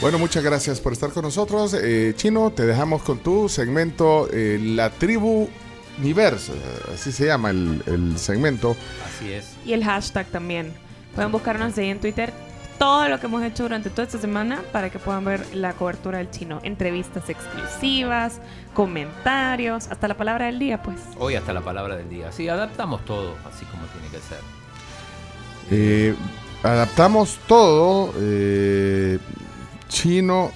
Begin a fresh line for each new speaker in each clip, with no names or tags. Bueno, muchas gracias por estar con nosotros. Eh, Chino, te dejamos con tu segmento eh, La Tribu Universe, eh, así se llama el, el segmento.
Así es.
Y el hashtag también. Pueden buscarnos ahí en Twitter todo lo que hemos hecho durante toda esta semana para que puedan ver la cobertura del chino. Entrevistas exclusivas, comentarios, hasta la palabra del día, pues.
Hoy hasta la palabra del día. Sí, adaptamos todo así como tiene que ser.
Eh, adaptamos todo. eh, chino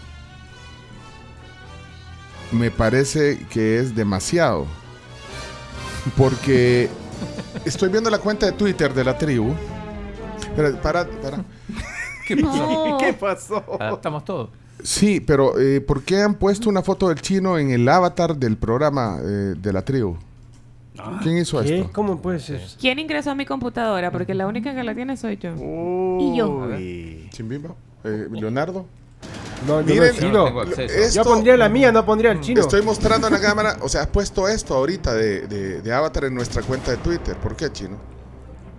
me parece que es demasiado. Porque estoy viendo la cuenta de Twitter de la tribu. Pero, para, para.
¿Qué
No.
Oh.
pasó?
Adaptamos todo.
Sí, pero eh, ¿por qué han puesto una foto del chino en el avatar del programa eh, de la tribu? ¿Quién hizo
Ah, ¿Qué?
esto?
¿Cómo puede ser?
¿Quién ingresó a mi computadora? Porque la única que la tiene soy yo.
Y yo.
Uy.
¿Chimbimba? Eh, ¿Leonardo?
No, yo
Miren,
no
Yo
sé.
no tengo acceso.
Yo
esto-
pondría la mía, no pondría el chino.
Estoy mostrando en la cámara, o sea, has puesto esto ahorita de, de- de avatar en nuestra cuenta de Twitter. ¿Por qué, chino?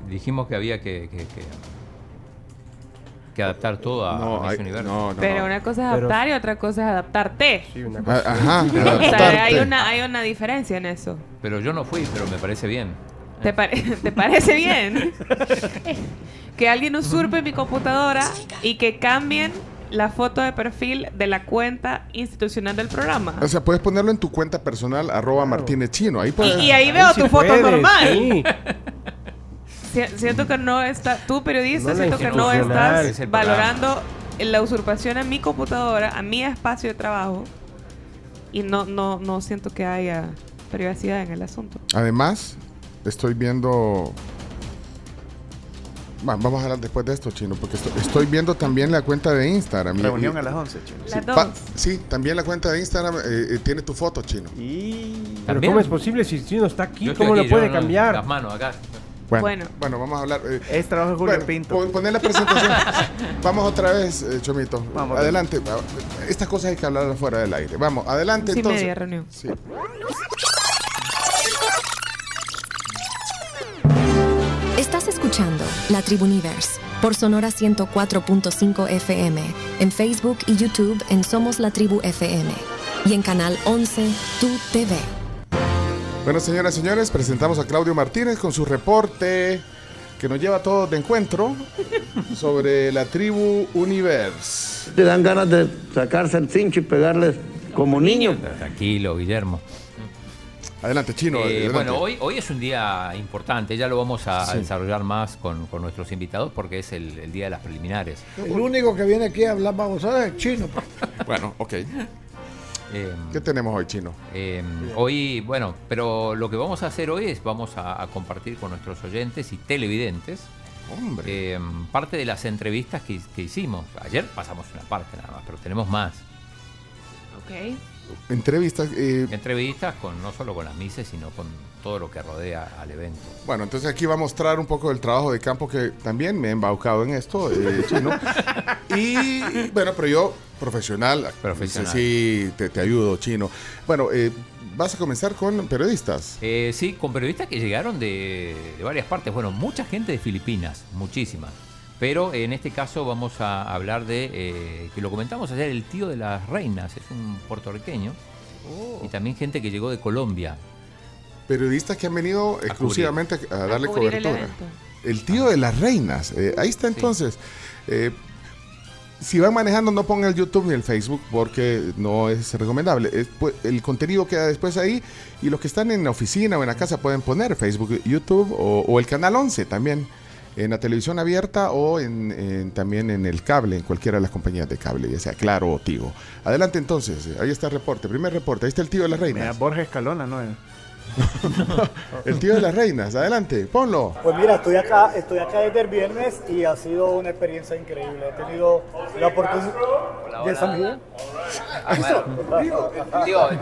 Dijimos que había que, que, que, que adaptar todo
Ah,
a, a
hay-
Miss Universo.
no, no,
Pero
no.
una cosa es
Pero-
adaptar y otra cosa es adaptarte.
Sí, una
Ah,
cosa.
Ajá,
O sea, hay
adaptarte.
una, hay una diferencia en eso.
Pero yo no fui, pero me parece bien.
¿Te, pare- te parece bien? que alguien usurpe mi computadora y que cambien la foto de perfil de la cuenta institucional del programa.
O sea, puedes ponerlo en tu cuenta personal, arroba Martínez Chino. Ahí
Y,
puedes.
y ahí veo
Sí
tu foto
puedes,
normal.
sí.
Si- Siento que no está, tú periodista,
No la
siento que no
institucional,
estás
es el programa.
valorando la usurpación a mi computadora, a mi espacio de trabajo. Y no, no, no siento que haya privacidad en el asunto.
Además, estoy viendo. Va, vamos a hablar después de esto, chino, porque esto- estoy viendo también la cuenta de Instagram. Y-
Reunión
y-
a las 11, chicos.
sí,
Las
pa-
dos.
sí, también la cuenta de Instagram eh, eh, tiene tu foto, chino.
Y.
Pero
También.
¿cómo es posible si el chino está
Yo
aquí?
estoy
¿Cómo
aquí, yo
lo puede
no-
cambiar?
Las manos acá.
Bueno.
bueno vamos a hablar. eh,
Es trabajo de Julio
Bueno, pues,
Pinto.
pon- poner la presentación. Vamos otra vez, eh, Chomito.
Vamos.
adelante. Estas cosas hay que hablarlas fuera del aire. Vamos, adelante
Sí,
entonces.
media reunión.
Sí.
Estás escuchando La Tribuniverse por Sonora 104.5 FM, en Facebook y YouTube en Somos la Tribu FM y en Canal 11 Tu TV.
Bueno, señoras y señores, presentamos a Claudio Martínez con su reporte que nos lleva a todos de encuentro sobre la tribu Universe.
Te dan ganas de sacarse el cincho y pegarles como niño.
Tranquilo, Guillermo.
Adelante, Chino.
Eh,
adelante.
bueno, hoy, hoy es un día importante, ya lo vamos a, a
Sí.
desarrollar más con, con nuestros invitados porque es el, el día de las preliminares.
El único que viene aquí a hablar babosadas es el chino.
Bueno, ok.
Eh,
¿Qué tenemos hoy, Chino?
eh, hoy, bueno, pero lo que vamos a hacer hoy es vamos a, a compartir con nuestros oyentes y televidentes
Hombre.
eh, parte de las entrevistas que, que hicimos. Ayer pasamos una parte nada más, pero tenemos más.
Ok.
Entrevistas. eh,
Entrevistas con no solo con las mises, sino con todo lo que rodea al evento.
Bueno, entonces aquí va a mostrar un poco del trabajo de campo que también me he embaucado en esto, eh, chino. Y bueno, pero yo, profesional,
Profesional.
sí, sí, te, te ayudo, chino. Bueno, eh, vas a comenzar con periodistas.
Eh, sí, con periodistas que llegaron de, de varias partes. Bueno, mucha gente de Filipinas, muchísima. Pero en este caso vamos a hablar de, eh, que lo comentamos ayer, el tío de las reinas, es un puertorriqueño. Y también gente que llegó de Colombia.
Periodistas que han venido exclusivamente a, darle
cubrir el
cobertura.
evento.
El, tío de las reinas, eh, ahí está entonces. Eh, si van manejando, no pongan el YouTube ni el Facebook porque no es recomendable. Es, pues, el contenido queda después ahí y los que están en la oficina o en la casa pueden poner Facebook, YouTube o, o el canal 11 también. En la televisión abierta o en, en- también en el cable, en cualquiera de las compañías de cable, ya sea Claro o Tigo. Adelante entonces, ahí está el reporte, primer reporte, ahí está el tío de las
Mira,
reinas.
Borges Escalona, ¿no?
El tío de las reinas, adelante, ponlo.
Pues mira, estoy acá, estoy acá desde el viernes y ha sido una experiencia increíble. He tenido la oportunidad. ¿Ya está bien?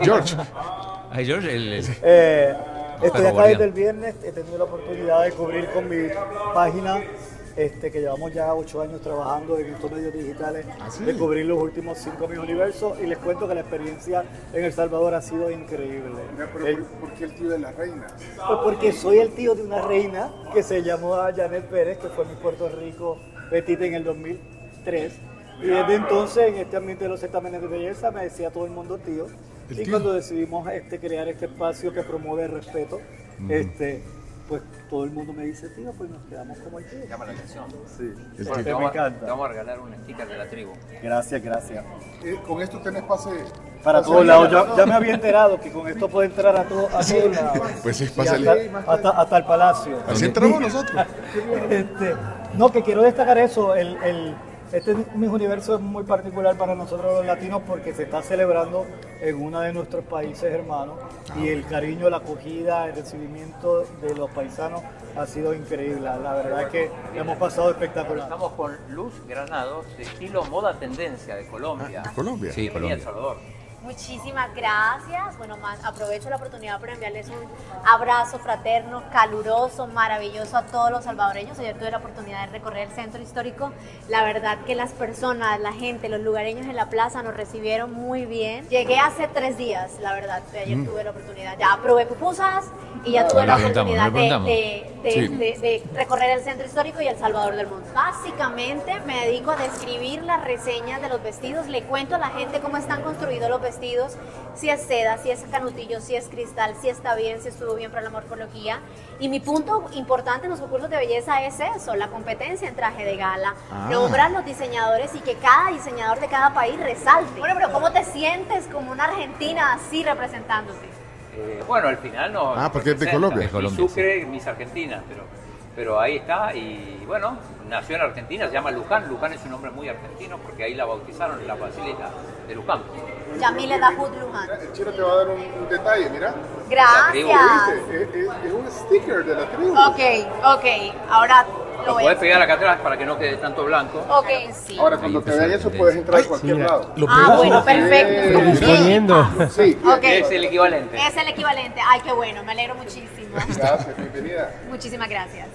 George.
Ay, Ah, George, el- el-
Eh, estoy
Pero
acá
guardián.
desde el viernes, he tenido la oportunidad de cubrir con mi página, este, que llevamos ya ocho años trabajando en estos medios digitales, de cubrir los últimos cinco mil universos y les cuento que la experiencia en El Salvador ha sido increíble. El-
¿Por qué el tío de las reinas?
Pues porque soy el tío de una reina que se llamó Janet Pérez, que fue mi Puerto Rico Petite en el 2003. Y desde entonces, en este ambiente de los certámenes de belleza, me decía todo el mundo tío.
El
y
tío.
cuando decidimos este, crear este espacio que promueve el respeto, este, pues todo el mundo me dice tío, pues nos quedamos como el tío.
Llama la atención.
Sí,
El
porque
tío.
Te
me
vamos, a- te
encanta.
vamos a regalar un sticker de la tribu.
Gracias, gracias.
Eh, con esto tenés pase.
Para todos lados, ya, ya me había enterado que con esto puedo entrar a, todo, a todos lados.
Pues sí,
Sí,
pásale.
hasta, hasta, hasta el palacio.
Así entramos nosotros.
Este, no, que quiero destacar eso. El, el- este Mis Universo es muy particular para nosotros los latinos porque se está celebrando en uno de nuestros países hermanos y el cariño, la acogida, el recibimiento de los paisanos ha sido increíble. La verdad es que la hemos pasado espectacular.
Estamos con Luz Granados, de estilo moda tendencia de Colombia.
Ah, Colombia.
Sí, Colombia.
Bienvenida, El Salvador.
Muchísimas gracias. Bueno, más aprovecho la oportunidad para enviarles un abrazo fraterno, caluroso, maravilloso a todos los salvadoreños. Ayer tuve la oportunidad de recorrer el centro histórico. La verdad que las personas, la gente, los lugareños en la plaza nos recibieron muy bien. Llegué hace tres días, la verdad. Ayer tuve la oportunidad. Ya probé pupusas y ya tuve
Le
la
preguntamos,
oportunidad
le preguntamos.
de, de- de-
Sí.
de- de recorrer el centro histórico y El Salvador del mundo. Básicamente me dedico a describir las reseñas de los vestidos, le cuento a la gente cómo están construidos los vestidos, si es seda, si es canutillo, si es cristal, si está bien, si estuvo bien para la morfología. Y mi punto importante en los concursos de belleza es eso, la competencia en traje de gala,
Ah.
nombrar los diseñadores y que cada diseñador de cada país resalte. Bueno, pero ¿cómo te sientes como una argentina así representándote?
Eh, bueno, al final no.
Ah, porque es de
representa.
Colombia.
De Colombia,
Miss Sucre, Miss Argentina, pero, pero ahí está. Y bueno, nació en Argentina, se llama Luján. Luján es un nombre muy argentino porque ahí la bautizaron en la basílica de Luján.
Yamile Dahut Luján.
El chino te va a dar un, detalle, mira.
Gracias.
eh, Es, un sticker de la tribu.
Ok, ok, ahora lo
Lo
voy a
podés pegar acá atrás para que no quede tanto blanco.
Ok, sí.
cuando te vean eso, puedes
entrar
a cualquier lado.
Lo
Ah,
pegó.
bueno, perfecto.
Lo disponiendo.
Sí.
Ok.
Es el equivalente.
Es el equivalente. Ay, qué bueno, me alegro muchísimo.
Gracias, bienvenida.
Muchísimas gracias.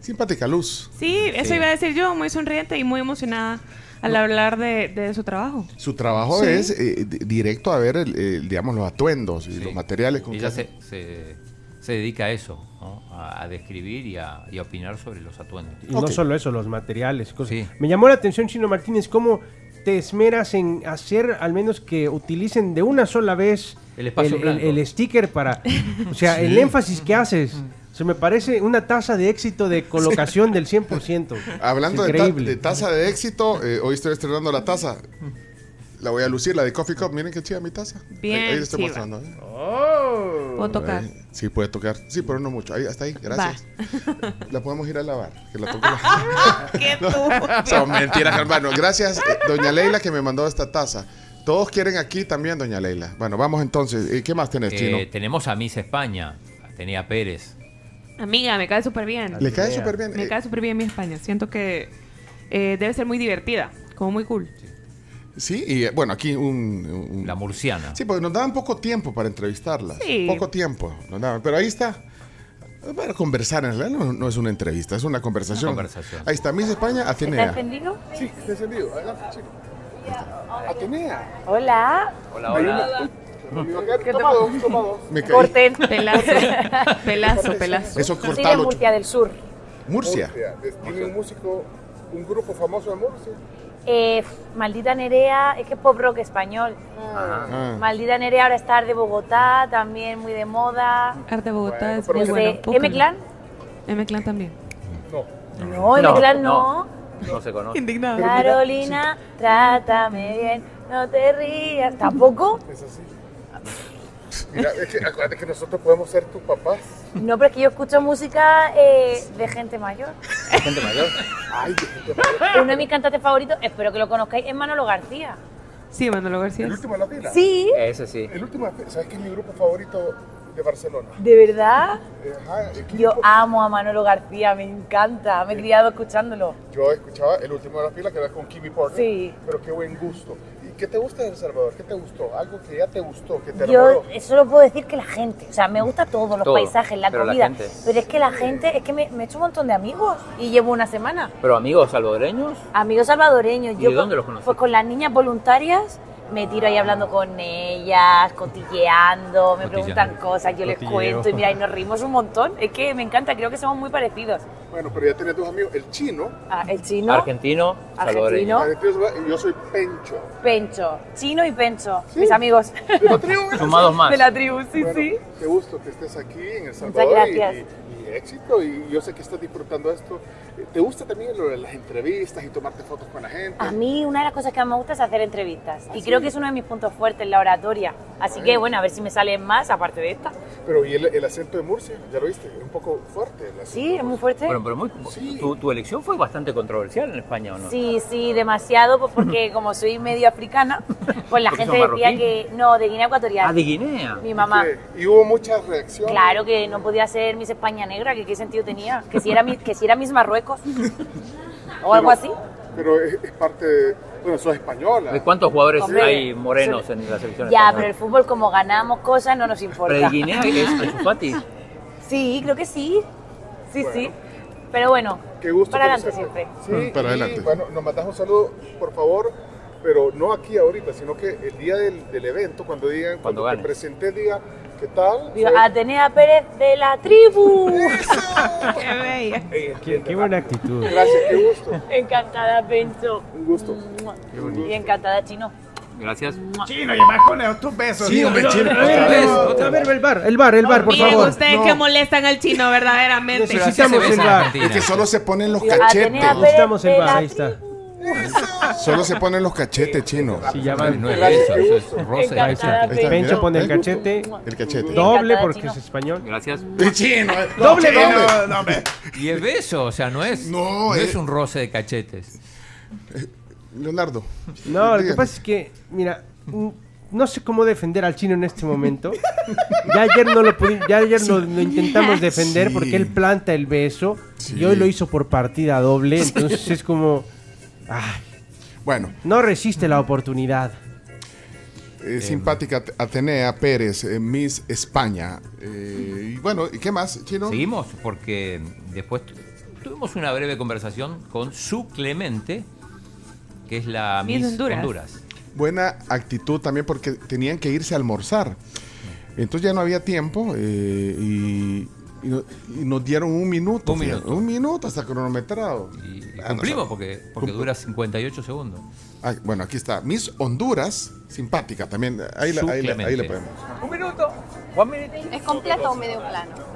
Simpática luz.
Sí, eso
Sí.
iba a decir yo, muy sonriente y muy emocionada al hablar de, de su trabajo.
Su trabajo
Sí.
es eh, di- directo a ver, el, el, digamos, los atuendos y
Sí.
los materiales con que
Ella
hacen.
se, se, se dedica a eso, ¿no? a, a describir y a, y a opinar sobre los atuendos.
Y no
Ok.
solo eso, los materiales. y Cosas.
Sí.
Me llamó la atención, Chino Martínez, cómo te esmeras en hacer al menos que utilicen de una sola vez
El espacio blanco.
el sticker para... O sea, el énfasis que haces. Se me parece una tasa de éxito de colocación del 100%.
Hablando de, ta-
Increíble.
de taza de éxito, eh, hoy estoy estrenando la taza. La voy a lucir, la de Coffee Cup. Miren qué chida mi taza.
Bien
Ahí, ahí la estoy
chiva.
mostrando. ¿eh?
Puedo tocar.
Ahí. Sí, puede tocar. Sí, pero no mucho. Ahí, hasta ahí. Gracias. La podemos ir a lavar. Que la toque la-
¡Qué turbio!
Son mentiras, hermano. Gracias, eh, doña Leila, que me mandó esta taza. Todos quieren aquí también, doña Leila. Bueno, vamos entonces. Eh, ¿Qué más tenés, Chino?
Eh, tenemos a Miss España, a Tenía Pérez.
Amiga, me cae súper bien.
Le cae súper bien.
Me
Eh,
cae súper bien mi España. Siento que eh, debe ser muy divertida, como muy cool.
sí, y eh, bueno, aquí un... un-
La murciana.
Sí, porque nos daban poco tiempo para entrevistarlas.
Sí.
Poco tiempo nos daban. Pero ahí está. Para conversar, en realidad no, no es una entrevista, es una conversación.
Una conversación.
Ahí está, Miss España, Atenea.
encendido?
Sí, está encendido. Adelante, chico. Atenea.
Hola.
Hola, hola.
Toma dos,
Me caí.
Corten.
Pelazo, pelazo, pelazo.
Eso
Soy de
cortalo.
Murcia del Sur.
Murcia.
Tiene un
músico, un grupo famoso de Murcia.
Eh, maldita Nerea, es que es pop rock español.
Ah.
Maldita Nerea ahora está de Bogotá, también muy de moda.
Arte Bogotá es muy
Desde
bueno.
M-Clan.
M-Clan también.
No, M-Clan no.
No se conoce.
Indignado.
Carolina, trátame bien, no te rías. ¿Tampoco?
Mira, es que acuérdate que nosotros podemos ser tus papás.
No, pero es que yo escucho música eh, de gente mayor.
Gente mayor.
Uno de mis cantantes favoritos, espero que lo conozcáis, es Manolo García.
Sí, Manolo García. es-
último de la fila.
Sí,
Ese sí.
El último, ¿sabes qué es mi grupo favorito de Barcelona?
de verdad. Yo amo a Manolo García, me encanta, me he criado escuchándolo.
Yo escuchaba el último de la fila que era con Kimi Porter.
Sí.
Pero qué buen gusto. ¿Y qué te gusta de El Salvador? ¿Qué te gustó? Algo que ya te gustó, que te
Yo
enamoró.
solo puedo decir que la gente, o sea, me gusta todo, los
Todo,
paisajes, la
pero la
comida,
gente.
pero es que la gente, es que me, me he hecho un montón de amigos y llevo una semana.
Pero amigos salvadoreños,
Amigos salvadoreños.
¿Y
yo
de
con-
dónde los conociste?
Pues con las niñas voluntarias me tiro ahí hablando con ellas, cotilleando, me
Cotilleando.
preguntan cosas, yo les
Cotilleo.
cuento y mira, y nos rimos un montón. Es que me encanta, creo que somos muy parecidos.
Bueno, pero ya tenés dos amigos. El chino.
Ah, el chino,
Argentino, salvadoreño.
Argentino.
Argentino, Yo soy pencho.
Pencho. Chino y Pencho, mis amigos.
Sumados más.
De la tribu, sí,
Bueno,
sí.
Qué gusto que estés aquí en El Salvador. y-
gracias.
Y, y éxito. Y yo sé que estás disfrutando esto. ¿Te gusta también lo de las entrevistas y tomarte fotos con la gente?
A mí una de las cosas que más me gusta es hacer entrevistas y
sí?
creo que es uno de mis puntos fuertes la oratoria. Así que bueno, a ver si me salen más aparte de esta.
Pero ¿y el, el acento de Murcia? ¿Ya lo viste? Es un poco fuerte. El acento.
Sí, es muy fuerte.
Bueno, pero muy- tu, tu elección fue bastante controversial en España, ¿o no?
Sí, sí, demasiado, pues porque como soy medio africana, pues la
Porque
gente
sos
decía
marroquí.
que no, de Guinea Ecuatorial.
Ah, de Guinea.
Mi mamá.
Y hubo muchas reacciones.
Claro que no podía ser Miss España Negra, que qué sentido tenía, que si era mi- que si era Miss Marruecos o algo
Pero-
así.
Pero eh, es, es parte de... Bueno, sos española.
¿De cuántos jugadores
Hombre.
hay morenos en la selección
Ya,
española?
pero el fútbol como ganamos cosas no nos importa.
Pero de Guinea es Anzufati.
Sí, creo que sí. Sí, sí. Pero bueno,
Qué gusto
para adelante
conocerte.
siempre.
Sí,
Mm, Para
y,
adelante.
Bueno, nos mandas un saludo, por favor, pero no aquí ahorita, sino que el día del, del evento, cuando digan,
Cuando
cuando,
ganes.
te presenté, diga, ¿qué tal?
Viva
Soy-
Atenea Pérez de la tribu.
Qué bella.
Qué, qué buena actitud.
Gracias, qué gusto.
encantada, Pencho.
Un gusto.
Y encantada, Chino.
Gracias.
Chino, y más con esos tus besos.
Sí, hombre, chino.
Otra vez, otra
A ver, el bar, el bar, el bar, por
Miren
favor.
ustedes que molestan al chino verdaderamente.
Necesitamos el bar.
Es que solo se ponen los
Digo,
ah,
cachetes.
Atenea Pérez
Necesitamos el
de
bar,
la
ahí está.
Solo se ponen los cachetes, chino.
Sí, ya van.
Ah, No es eso, eso es rosa.
Ahí está.
Pencho.
Pencho pone el
Pencho.
cachete
El cachete.
doble porque es español.
Gracias.
Chino. eh.
Doble,
chino.
doble.
Y el beso, o sea, no es,
No,
no es
eh.
un roce de cachetes.
Leonardo.
No, lo que
dígame.
pasa es que, mira, mm, no sé cómo defender al chino en este momento. Ya ayer no lo pudi- ya ayer lo, lo intentamos defender
Sí.
porque él planta el beso
Sí.
y hoy lo hizo por partida doble, entonces es como ay,
Bueno,
no resiste la oportunidad.
eh, simpática Atenea Pérez, eh, Miss España. Eh, y bueno, ¿y qué más, chino?
Seguimos porque después tu- tuvimos una breve conversación con Su Clemente, que es la
Miss
Miss
Honduras.
Honduras.
buena actitud también porque tenían que irse a almorzar. Entonces ya no había tiempo eh, y, y no- y nos dieron un minuto.
Un
fíjate,
minuto.
un minuto hasta cronometrado.
Y y
Ah, no,
cumplimos
sabe.
porque, porque
Cum-
dura 58 segundos.
Ah, bueno, aquí está. Miss Honduras, simpática también. Ahí la,
Su
ahí la- ahí la
Clemente.
podemos.
Un minuto. One minute.
¿Es completo o medio plano?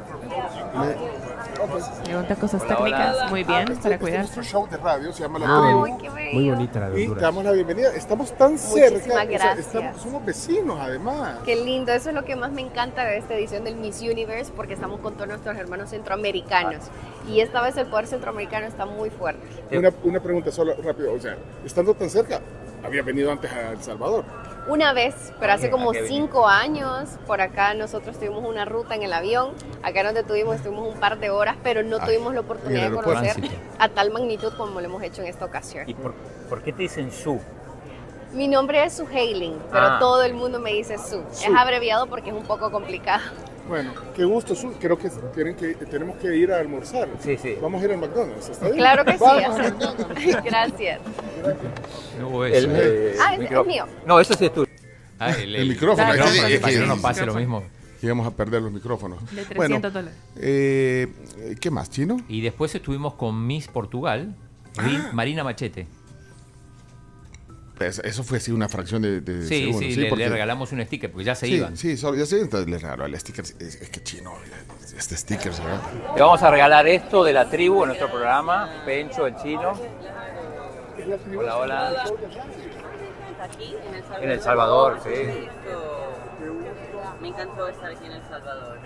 Pregunta cosas
Hola,
técnicas.
hola.
Muy
Ah,
bien,
pues
Este- este
para
es
cuidarse.
nuestro show de radio, se llama La
Ah,
Tribu,
bueno. Muy bonita la
Y te
verdura.
damos la bienvenida. Estamos tan
Muchísimas
cerca. o sea,
gracias.
estamos- somos vecinos, además.
Qué lindo, eso es lo que más me encanta de esta edición del Miss Universe porque estamos con todos nuestros hermanos centroamericanos y esta vez el poder centroamericano está muy fuerte.
Una, una pregunta solo, rápido. O sea, estando tan cerca, había venido antes a El Salvador.
Una vez, pero hace
Ah,
como
qué bien.
cinco años, por acá nosotros tuvimos una ruta en el avión, acá nos detuvimos, estuvimos un par de horas, pero no
Ah,
tuvimos la
en
oportunidad
el
de
aeropuerto.
conocer
Tránsito.
a tal magnitud como lo hemos hecho en esta ocasión.
¿Y por, qué te dicen Su?
Mi nombre es Su Hailing, pero
Ah.
todo el mundo me dice Su. Es abreviado porque es un poco complicado.
Bueno, qué gusto, Su. Creo que, tienen que tenemos que ir a almorzar.
Sí, sí.
Vamos a ir al McDonald's. ¿está bien?
Claro que sí,
Vamos.
gracias.
No hubo eso.
El-
eh,
Ah, ese
micro-
es mío.
No, eso sí es tuyo.
Ah,
El micrófono,
el
es que- es
para
que-
que no nos pase lo mismo.
Y vamos a perder los micrófonos.
De 300
Bueno,
dólares.
eh, ¿qué más, chino?
Y después estuvimos con Miss Portugal, Ri-
Ah.
Marina Machete.
Pues eso fue así una fracción de, de
Sí,
segundo,
sí, le,
porque-
le regalamos un sticker porque ya se
Sí,
iban.
sí, solo, ya sé, entonces le regaló el sticker. Es, es que chino, este sticker, ¿verdad?
Le vamos a regalar esto de la tribu en nuestro programa, Pencho el chino. Hola, hola.
aquí en El Salvador.
En El Salvador, sí.
Esto- Me encantó estar aquí en El Salvador.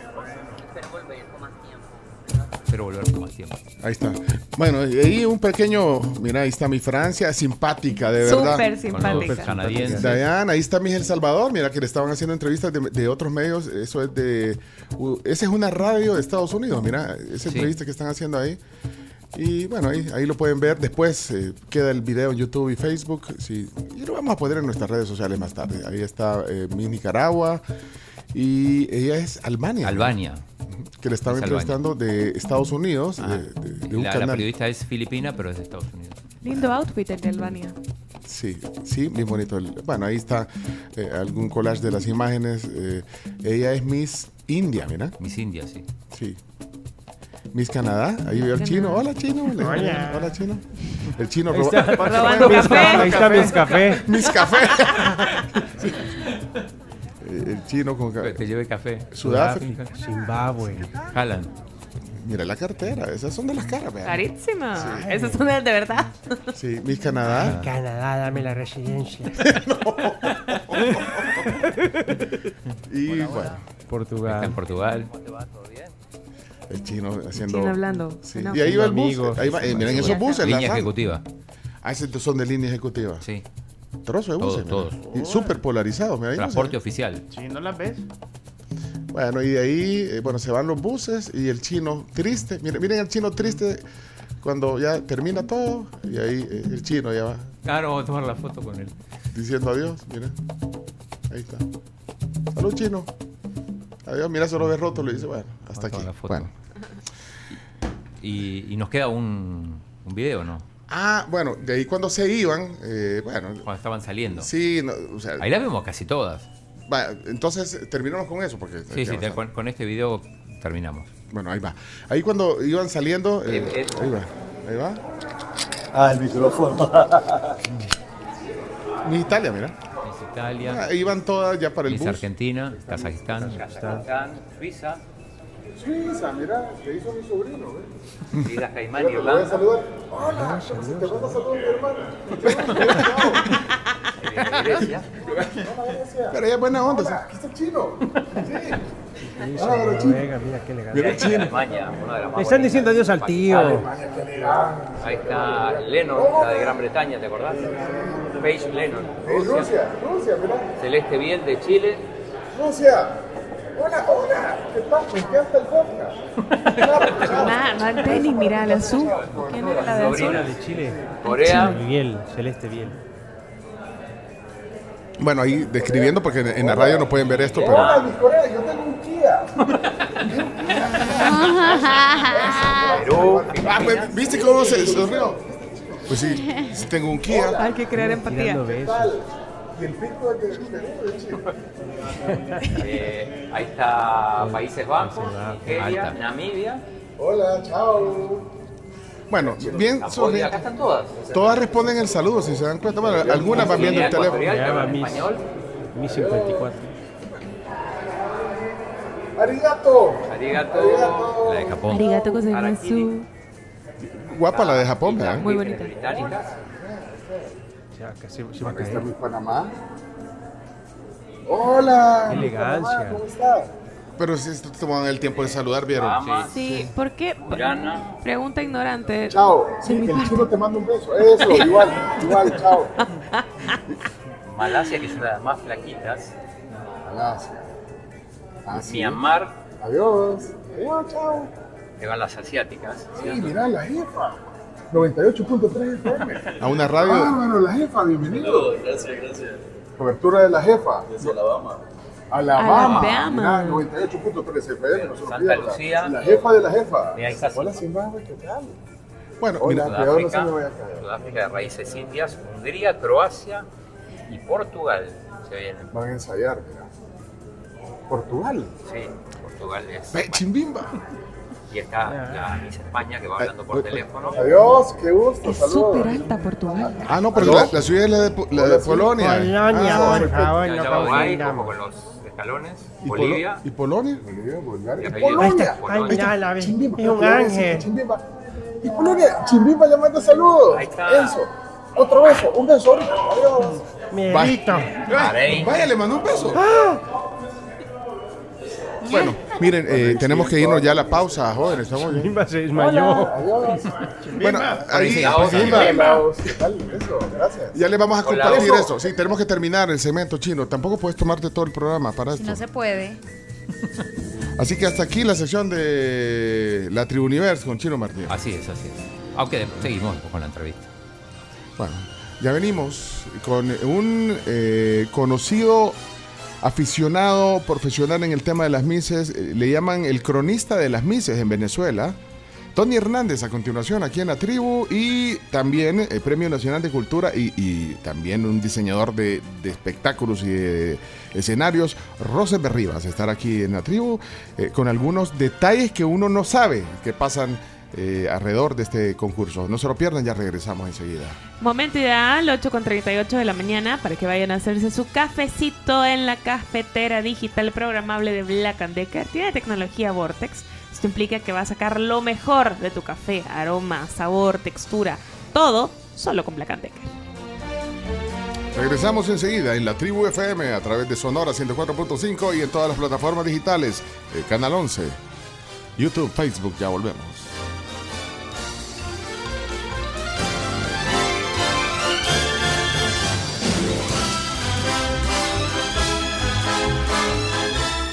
Espero volver con más tiempo.
Pero volver con más tiempo.
Ahí está. Bueno, y ahí un pequeño. Mira, ahí está mi Francia, simpática, de verdad.
Súper
Con los
simpática.
canadienses.
Dayan, ahí está mi El Salvador. Mira, que le estaban haciendo entrevistas de, de otros medios. Eso es de. u- esa es una radio de Estados Unidos. Mira, esa
Sí.
entrevista que están haciendo ahí. Y bueno, ahí, ahí lo pueden ver. Después eh, queda el video en YouTube y Facebook. Sí. Y lo vamos a poner en nuestras redes sociales más tarde. Ahí está eh, Miss Nicaragua. Y ella es Albania. ¿no?
Albania.
Que le estaban
Es Albania. Ah,
entrevistando de Estados Unidos, de, de- de un
La, la
canal.
periodista es filipina, pero es de Estados Unidos.
Lindo outfit el de Albania.
Sí, sí, bien bonito. el- Bueno, ahí está eh, algún collage de las imágenes. eh, ella es Miss India, mira.
Miss India, sí.
Sí. Miss Canadá, ahí veo al chino. Hola chino. Le-
Hola.
Hola chino. El chino
Ahí está.
roba-
Robando Mis café. café. Ahí está mis café.
Mis café. Sí. El chino con café.
Te llevé café.
Sudáfrica.
Zimbabue.
Jalan.
Mira la cartera, esas son de las caras, vea.
Carísima.
Sí.
Esas son de de verdad.
Sí, Miss Canadá.
Canadá, Ah, dame la residencia.
Y bueno,
Portugal.
Ah.
Está en Portugal.
el chino haciendo.
Chino hablando.
Sí,
No.
Y ahí va el
Amigos.
bus. Ahí va, eh, miren esos buses.
Línea
las-
ejecutiva.
Ah, esos son de línea ejecutiva.
Sí.
Trozo de
Todos,
buses.
todos.
Súper polarizados. mira, ahí no se
Transporte oficial.
Sí, no las ves.
Bueno, y de ahí, eh, bueno, se van los buses y el chino triste. Miren, miren el chino triste cuando ya termina todo y ahí eh, el chino ya va
Claro, vamos a tomar la foto con él.
diciendo adiós. Miren, ahí está. Salud, chino. Adiós, mira, solo ve roto. Le dice, bueno, hasta
Vamos a
aquí.
la foto.
Bueno.
Y, y nos queda un, un video, ¿no?
Ah, bueno, de ahí cuando se iban, eh, bueno,
Cuando estaban saliendo.
sí, no, o sea,
Ahí las vemos casi todas.
va, entonces terminamos con eso. porque
Sí, sí, te- con, con este video terminamos.
Bueno, ahí va. Ahí cuando iban saliendo, eh,
Eh, eh.
ahí va, ahí va.
Ah, el micrófono.
Ni Italia, mira.
Es Italia.
Ah, iban todas ya para el
es
bus.
Argentina, Kazajistán.
Kazajistán, Suiza,
Suiza, mira, te hizo mi sobrino, ¿ves?
Islas Caimán, Ah,
Mira, te voy a
Irlanda.
saludar. Hola, ¿cómo se te vas a saludar, mi hermana?
eh, Grecia.
Pero ella es buena onda. sí.
Aquí está el chino. Sí.
Sí,
Ah, pero chino.
Noruega, mira qué legal.
Mira, chino.
Alemania, una de las más
Le están
bonitas.
diciendo adiós al tío.
Alemania, qué elegante. Ahí está Lennon, la de Gran Bretaña, ¿te acordás? Paige Lennon.
Eh, Rusia, Rusia, mira.
Celeste Biel de Chile.
Rusia. Hola, hola. ¿Qué tal? Me encanta el podcast. Claro, chao.
Nada, no al tenis, mira, la azul. ¿Quién era la de azul?
Sobrina.
de Chile. Ah.
Corea.
Biel, Celeste Biel.
Bueno, ahí describiendo, porque en, en la radio no pueden ver esto, pero.
Hola, mi Corea, Ah, yo tengo un Kia.
Perú.
Ah, pues, ¿viste cómo se sonrió? Pues sí, sí tengo un Kia.
Hay que crear empatía.
Tirando
¿Qué
besos.
tal? Y el pico de Perú, de Chile.
eh, ahí está Países Bajos,
Países Bajos.
Nigeria,
Malta.
Namibia,
Hola, chao.
Bueno, bien, son
Camboya.
bien.
Acá están todas. O sea,
Todas responden el saludo, si se dan cuenta. Bueno, algunas van viendo el
Guinea
teléfono.
Ecuatorial,
Llama
hablan
Miss.
español.
Mi 54.
Arigato.
Arigato.
La de Japón.
Arigato
Araquiri.
gozaimasu.
Guapa la de Japón, ¿verdad?
Muy bonita.
Británicas.
Ya, casi se va a
Acá está
caer.
mi Panamá. Hola.
Qué
mi Panamá,
elegancia.
¿Cómo estás?
Pero si se toman el tiempo de saludar, vieron.
Bahamas,
Sí, ¿por qué?
Guyana.
Pregunta ignorante.
Chao. Sí, que el chino te manda un beso. Eso, igual, igual, chao.
Malasia, que es una de las más flaquitas.
Gracias. Ah, sí.
Myanmar,
Adiós. Adiós, chao.
que van las asiáticas.
Sí, mirá, la jefa. 98.3 FM.
A una
Ah,
radio.
bueno, la jefa, bienvenido. gracias, gracias. Cobertura de la jefa. Desde Alabama.
Alabama.
Alabama. Mirá, 98.3 FM. No se lo
Santa
pierda.
Lucía.
La jefa de la jefa.
Mira, ahí está.
Hola, Zimbabue, ¿qué tal?
Bueno,
Hola,
mira,
cuidado, no se
Sudáfrica,
me vaya a caer.
Sudáfrica de raíces indias, Hungría, Croacia y Portugal. Se vienen.
Van a ensayar, mira. Portugal.
Sí, Portugal es.
ve, chimbimba.
Y está la Miss España que va hablando
Ay,
Eh,
por
ay,
teléfono.
Adiós, qué gusto.
Es
Saludos.
súper alta Portugal.
Ah, no, pero la, la suya es la de, Po- la de
Hola, sí.
Polonia.
Polonia,
Ah,
por favor,
Ya
no
eh,
ya va Uruguay, como
confundamos.
con los escalones.
¿Y, Polo-
Bolivia.
¿Y Polonia?
Bolivia, Bulgaria.
Ahí- ahí-
Polonia.
Ay,
Polonia.
mira, la ve. Es
Chimbimba,
un
Portugal, sí,
ángel.
Chimbimba. Y Polonia, Chimbimba le manda saludos.
Ahí está.
Eso. Otro beso, un beso ahorita. Adiós.
Mierito.
Bahrein.
Vaya, le mandó un beso.
Ah.
Bueno, miren, eh, tenemos que irnos ya a la pausa, jóvenes. Estamos bien.
Chimba se desmayó.
Adiós.
Bueno, ahí,
Ahí está,
Chimbimba.
Chimbimba.
¿Qué tal? Eso, gracias.
ya les vamos a
Hola.
compartir eso. Sí, tenemos que terminar el segmento chino. Tampoco puedes tomarte todo el programa para esto.
No se puede.
Así que hasta aquí la sección de la Tribu Universo con Chino Martín.
Así es, así es. Aunque de- seguimos con la entrevista.
Bueno, ya venimos con un eh, conocido aficionado profesional en el tema de las mises, eh, le llaman el cronista de las mises en Venezuela, Tony Hernández a continuación aquí en la tribu y también el Premio Nacional de Cultura y, y también un diseñador de, de espectáculos y de escenarios, Rosenberg Rivas, estar aquí en la tribu eh, con algunos detalles que uno no sabe que pasan eh, alrededor de este concurso. No se lo pierdan, ya regresamos enseguida.
Momento ideal, 8.38 de la mañana, para que vayan a hacerse su cafecito en la cafetera digital programable de Black Decker. Tiene tecnología Vortex. Esto implica que va a sacar lo mejor de tu café, aroma, sabor, textura, todo solo con Black Decker.
Regresamos enseguida en la tribu FM a través de Sonora 104.5 y en todas las plataformas digitales, eh, Canal 11, YouTube, Facebook, ya volvemos.